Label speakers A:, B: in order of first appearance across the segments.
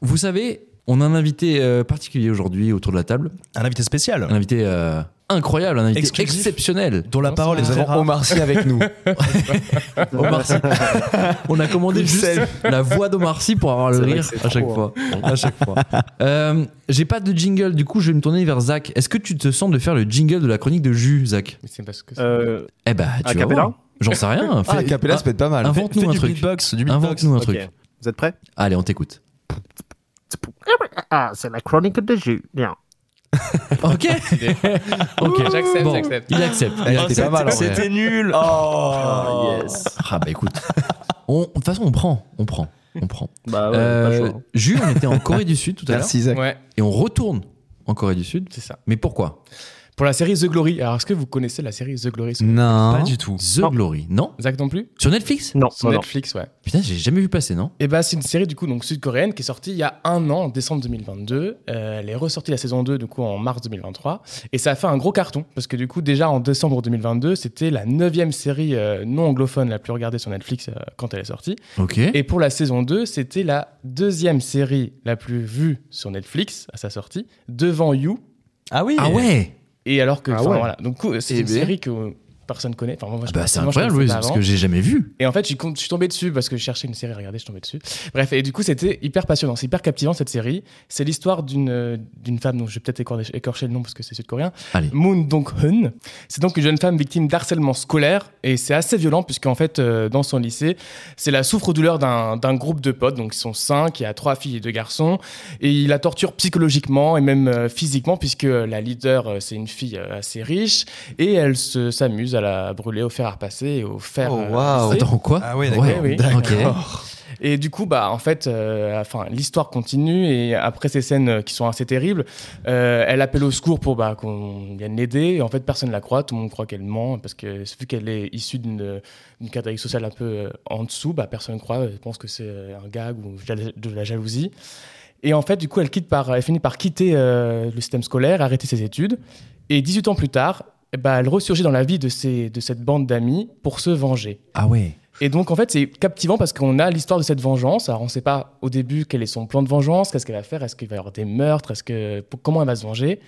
A: Vous savez, on a un invité euh, particulier aujourd'hui autour de la table.
B: Un invité spécial.
C: Ah.
A: Un invité euh, incroyable, un invité
B: Exclusif.
A: exceptionnel.
B: dont la parole est
C: Nous
B: très
C: avons
B: rare.
C: Omar Sy avec nous.
A: Omar Sy. on a commandé
C: Cool
A: juste
C: scène.
A: la voix d'Omar Sy pour avoir le
C: C'est vrai
A: rire
C: que c'est
A: à chaque,
C: trop,
A: fois. à chaque fois. Euh, J'ai pas de jingle, du coup je vais me tourner vers Zach. Est-ce que tu te sens de faire le jingle de la chronique de Jus, Zach
D: Mais c'est parce que
E: Euh,
A: Eh bah,
E: A
A: tu vas
E: cappella
A: voir. J'en sais rien.
C: Ah,
A: Fais-
C: Capella, ça peut être pas mal.
A: Invente-
B: Fais
A: Invente-nous un
B: du
A: truc.
B: beatbox, du beatbox.
A: Invente-nous un
D: ok.
A: truc.
E: vous êtes prêts
A: Allez, on t'écoute.
E: Ah, c'est la chronique de jus. Bien.
A: Ok. ok.
D: J'accepte,
A: Bon,
D: j'accepte.
A: Il accepte. Il
C: Ah,
A: accepte.
C: c'était pas mal, en vrai.
B: C'était nul.
C: Oh, yes.
A: Ah bah écoute. On- De toute façon, on prend. On prend. On prend.
E: Bah ouais,
A: Euh,
E: pas chaud.
A: Jus, on était en Corée du Sud tout à l'heure.
C: Merci Zach.
D: Ouais,
A: Et on retourne en Corée du Sud.
D: c'est ça.
A: Mais pourquoi
D: Pour la série The Glory, alors est-ce que vous connaissez la série The Glory sur-
C: Non.
B: Pas du tout.
A: Hein The
E: Non.
A: Glory, non
D: Zach non plus
A: Sur Netflix
E: Non,
D: Sur
E: non, non.
D: Netflix, ouais.
A: Putain, j'ai jamais vu passer, non
D: Et bah c'est une série du coup donc sud-coréenne qui est sortie il y a un an, en décembre 2022. Euh, elle est ressortie la saison 2 du coup en mars 2023 et ça a fait un gros carton parce que du coup déjà en décembre 2022 c'était la neuvième série euh, non anglophone la plus regardée sur Netflix euh, quand elle est sortie.
A: Ok.
D: Et pour la saison 2 c'était la deuxième série la plus vue sur Netflix à sa sortie devant You
B: Ah oui.
A: Ah ouais
D: et alors que
E: Ah
D: enfin,
E: ouais.
D: voilà donc coup, c'est
C: Eh
D: une
C: ben.
D: série que euh, personne connaît. Enfin, moi, je-
A: Bah c'est
D: moi, je
A: incroyable,
D: connaissais
A: Louise,
D: pas
A: parce
D: avant.
A: que j'ai jamais vu.
D: Et en fait, je suis con- je suis tombé dessus parce que je cherchais une série à regarder, je suis tombé dessus. Bref, et du coup, c'était hyper passionnant, c'est hyper captivant cette série. C'est l'histoire d'une euh, d'une femme dont je vais peut-être écorcher- écorcher le nom parce que c'est sud-coréen.
A: Allez.
D: Moon Dong-hun. C'est donc une jeune femme victime d'harcèlement scolaire et c'est assez violent puisqu'en fait, euh, dans son lycée, c'est la souffre-douleur d'un d'un groupe de potes. Donc, ils sont cinq, il y a trois filles et deux garçons. Et il la torture psychologiquement et même euh, physiquement puisque la leader, euh, c'est une fille euh, assez riche et elle se- s'amuse à la brûler au fer à repasser et au fer.
C: Oh,
D: euh,
C: waouh.
D: à lisser.
A: Attends, quoi
B: Ah ouais, d'accord.
D: Oui, oui.
A: Ok.
D: Et du coup, bah, en fait, euh, enfin, l'histoire continue et après ces scènes euh, qui sont assez terribles, euh, elle appelle au secours pour bah, qu'on vienne l'aider. Et en fait, personne ne la croit, tout le monde croit qu'elle ment parce que vu qu'elle est issue d'une d'une catégorie sociale un peu euh, en dessous, bah, personne ne croit, elle pense que c'est euh, un gag ou de la jalousie. Et en fait, du coup, elle, quitte par, elle finit par quitter euh, le système scolaire, arrêter ses études. Et 18 ans plus tard, bah, elle ressurgit dans la vie de, ces, de cette bande d'amis pour se venger.
A: Ah ouais.
D: Et donc, en fait, c'est captivant parce qu'on a l'histoire de cette vengeance. Alors, on ne sait pas au début quel est son plan de vengeance, qu'est-ce qu'elle va faire, est-ce qu'il va y avoir des meurtres, est-ce que, pour- comment elle va se venger.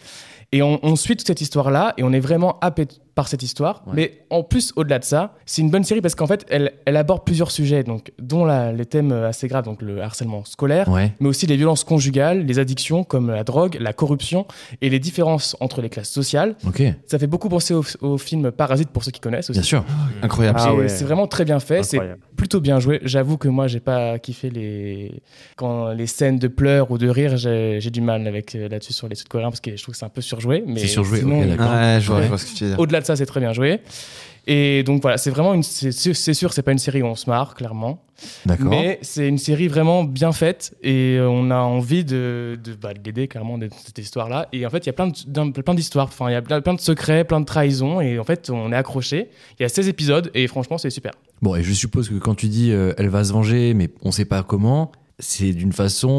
D: Et on, on suit toute cette histoire-là et on est vraiment happé t- par cette histoire.
A: Ouais.
D: Mais en plus, au-delà de ça, c'est une bonne série parce qu'en fait, elle, elle aborde plusieurs sujets, donc, dont la- les thèmes assez graves, donc le harcèlement scolaire,
A: Ouais.
D: mais aussi les violences conjugales, les addictions comme la drogue, la corruption et les différences entre les classes sociales.
A: Ok.
D: Ça fait beaucoup penser au, au film Parasite pour ceux qui connaissent aussi.
A: Bien sûr.
C: Incroyable.
E: Ah
D: C'est-
E: ouais.
D: C'est vraiment très bien fait, c'est
E: Incroyable.
D: plutôt bien joué. J'avoue que moi, j'ai pas kiffé les quand les scènes de pleurs ou de rire. J'ai j'ai du mal avec euh, là-dessus sur les Sud-Coréens parce que je trouve que c'est un peu surjoué. mais
A: C'est surjoué,
D: sinon,
A: ok, d'accord.
C: Ouais, je vois,
D: Ouais.
C: je vois ce que tu veux dire.
D: Au-delà de ça, c'est très bien joué. Et donc voilà, c'est vraiment une. C'est sûr- c'est sûr, c'est pas une série où on se marre, clairement.
A: D'accord.
D: Mais c'est une série vraiment bien faite et euh, on a envie de, de, bah, de l'aider, clairement, de, de cette histoire-là. Et en fait, il y a plein de- d'un- plein d'histoires, enfin, il y a plein plein de secrets, plein de trahisons et en fait, on est accroché. Il y a 16 épisodes et franchement, c'est super.
A: Bon, et je suppose que quand tu dis euh, elle va se venger, mais on sait pas comment, c'est d'une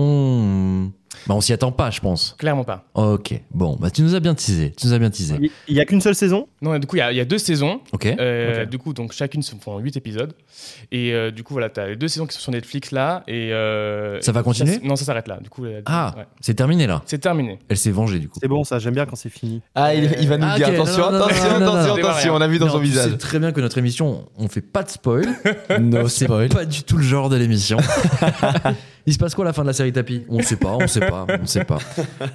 A: façon. Bah, on s'y attend pas, je pense.
D: Clairement pas.
A: Ok. Bon, bah, tu nous as bien teasé. Tu nous as bien teasé.
E: Il il y a qu'une seule saison
D: Non, du coup, il y, a- il y a deux saisons.
A: Ok.
D: Euh,
E: Ok.
D: Du coup, donc chacune se font huit épisodes. Et euh, du coup, voilà, t'as les deux saisons qui sont sur Netflix là. Et euh,
A: Ça va
D: et
A: continuer
D: s- Non, ça s'arrête là. Du coup, la-
A: Ah,
D: ouais.
A: c'est terminé là.
D: c'est terminé.
A: Elle s'est vengée du coup.
E: C'est bon, ça, j'aime bien quand c'est fini.
C: Ah, il, il va nous
A: Ah,
C: dire
A: ok,
C: attention,
A: non, non, non,
C: attention,
A: non, non, non,
C: attention,
D: non.
C: attention. On a vu dans
A: Non,
C: son
A: tu
C: visage.
A: sais très bien que notre émission, on fait pas de spoil.
C: No
A: C'est pas du tout le genre de l'émission. Il se passe quoi à la fin de la série Tapis On sait pas, on sait pas, on sait pas.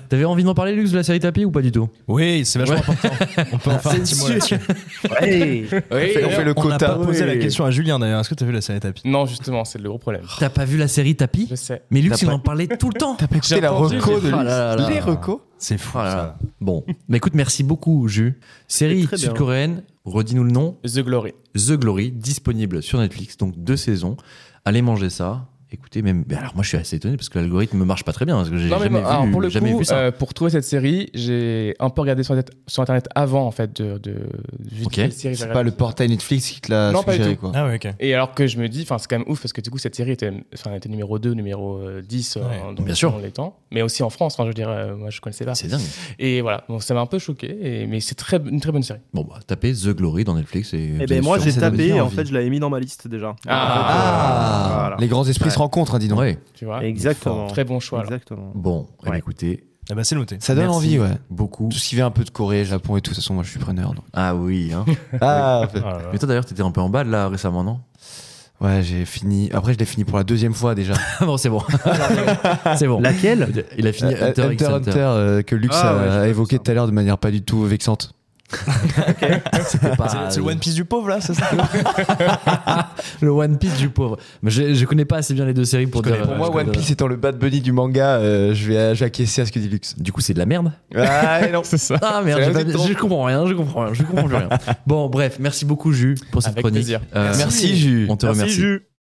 A: T'avais envie d'en parler, Lux, de la série Tapis ou pas du tout
B: Oui, c'est vachement important. On peut en faire un petit mot là-dessus.
E: Ouais.
C: On fait- on fait le
A: on n'a
C: quota.
B: T'as posé
E: oui.
B: la question à Julien d'ailleurs. Est-ce que t'as vu la série tapis
D: Non, justement, c'est le gros problème.
A: T'as pas vu la série Tapis
D: Je sais.
A: Mais Lux,
C: T'as
A: il
C: pas-
A: en parlait tout le temps.
C: pas Oh écouté
D: J'ai
C: la
D: entendu,
C: reco
D: j'ai-
C: de
A: Ah là là
C: lui.
A: là.
C: Les recos
B: C'est fou.
C: Oh
A: Ah là
B: ça.
A: là. Bon, mais écoute, merci beaucoup, Ju. Série
E: très bien.
A: sud-coréenne, redis-nous le nom,
D: The Glory.
A: The Glory, disponible sur Netflix, donc deux saisons. Allez manger ça. Écoutez, même. mais Alors, moi, je suis assez étonné parce que l'algorithme ne marche pas très bien, parce que j'ai
D: Non, mais
A: jamais,
D: bon, alors,
A: vu,
D: pour le
A: jamais
D: coup,
A: vu ça.
D: euh, pour trouver cette série, j'ai un peu regardé sur internet, sur Internet avant en fait de. de, de-
A: Ok.
D: quelle série
C: C'est
D: j'ai
C: pas le
D: regardé.
C: portail Netflix qui te l'a
D: Non, pas du
C: suggéré,
D: tout.
C: quoi.
B: Ah ouais, ok.
D: Et alors que je me dis, enfin, c'est quand même ouf parce que du coup, cette série était, enfin, était numéro 2, numéro euh, 10 euh,
B: Ouais,
D: dans,
A: bien sûr.
D: dans les temps, mais aussi en France. Enfin, je veux dire, euh, moi, je connaissais pas.
A: C'est dingue.
D: Et voilà, donc ça m'a un peu choqué, et- mais c'est très, une très bonne série.
A: Bon, bah, tapez The Glory dans Netflix et. vous
E: Eh
A: allez
E: ben moi,
A: sûrement-
E: j'ai
C: ça donne
E: tapé
C: bien
E: et en
C: envie.
E: fait, je l'avais mis dans ma liste déjà.
D: Ah.
E: En fait, euh,
C: Ah,
E: voilà.
C: Les grands esprits se rencontre, hein, dis donc.
A: Ouais.
D: tu vois.
E: Exactement.
D: Très bon choix. là.
E: Exactement.
A: Bon, eh bien,
D: Ouais.
A: écoutez,
B: Ah bah c'est noté.
C: Ça donne
A: Merci.
C: envie, ouais.
A: beaucoup.
C: Tout ce qui vient un peu de Corée, Japon et tout, de toute façon, moi je suis preneur. donc.
A: Ah oui. Hein.
C: Ah, en fait.
B: Ah là là.
A: Mais toi d'ailleurs, t'étais un peu en bas là récemment, non
C: ouais, j'ai fini. Après, je l'ai fini pour la deuxième fois déjà.
A: Bon, c'est bon. c'est bon.
E: Laquelle
A: Il a fini
C: Euh,
A: Hunter, x
C: Hunter,
A: Hunter.
C: Hunter, euh, que Lux
E: Ah
C: a-
E: ouais, j'ai
C: a
E: vu
C: évoqué
E: ça.
C: tout à l'heure de manière pas du tout vexante.
A: C'était pas-
B: C'est- C'est le One Piece du pauvre là, c'est ça
A: le One Piece du pauvre. Mais je, je connais pas assez bien les deux séries pour
B: Je
A: dire.
B: connais pas,
A: euh,
C: Pour moi,
A: je connais
C: One
A: pas.
C: Piece étant le bad bunny du manga, euh, je, vais, je vais acquiescer à ce que dit Lux.
A: Du coup, c'est de la merde.
C: Ah, et non.
D: C'est ça.
A: Ah merde,
C: C'est
A: j'ai
C: la
A: pas-
C: vie de ton-
A: je comprends rien, je comprends rien, je comprends plus rien. Bon, bref, merci beaucoup Jus pour cette
D: Avec
A: chronique.
D: plaisir.
A: Euh,
C: Merci, Ju.
A: On te remercie.
E: Jus.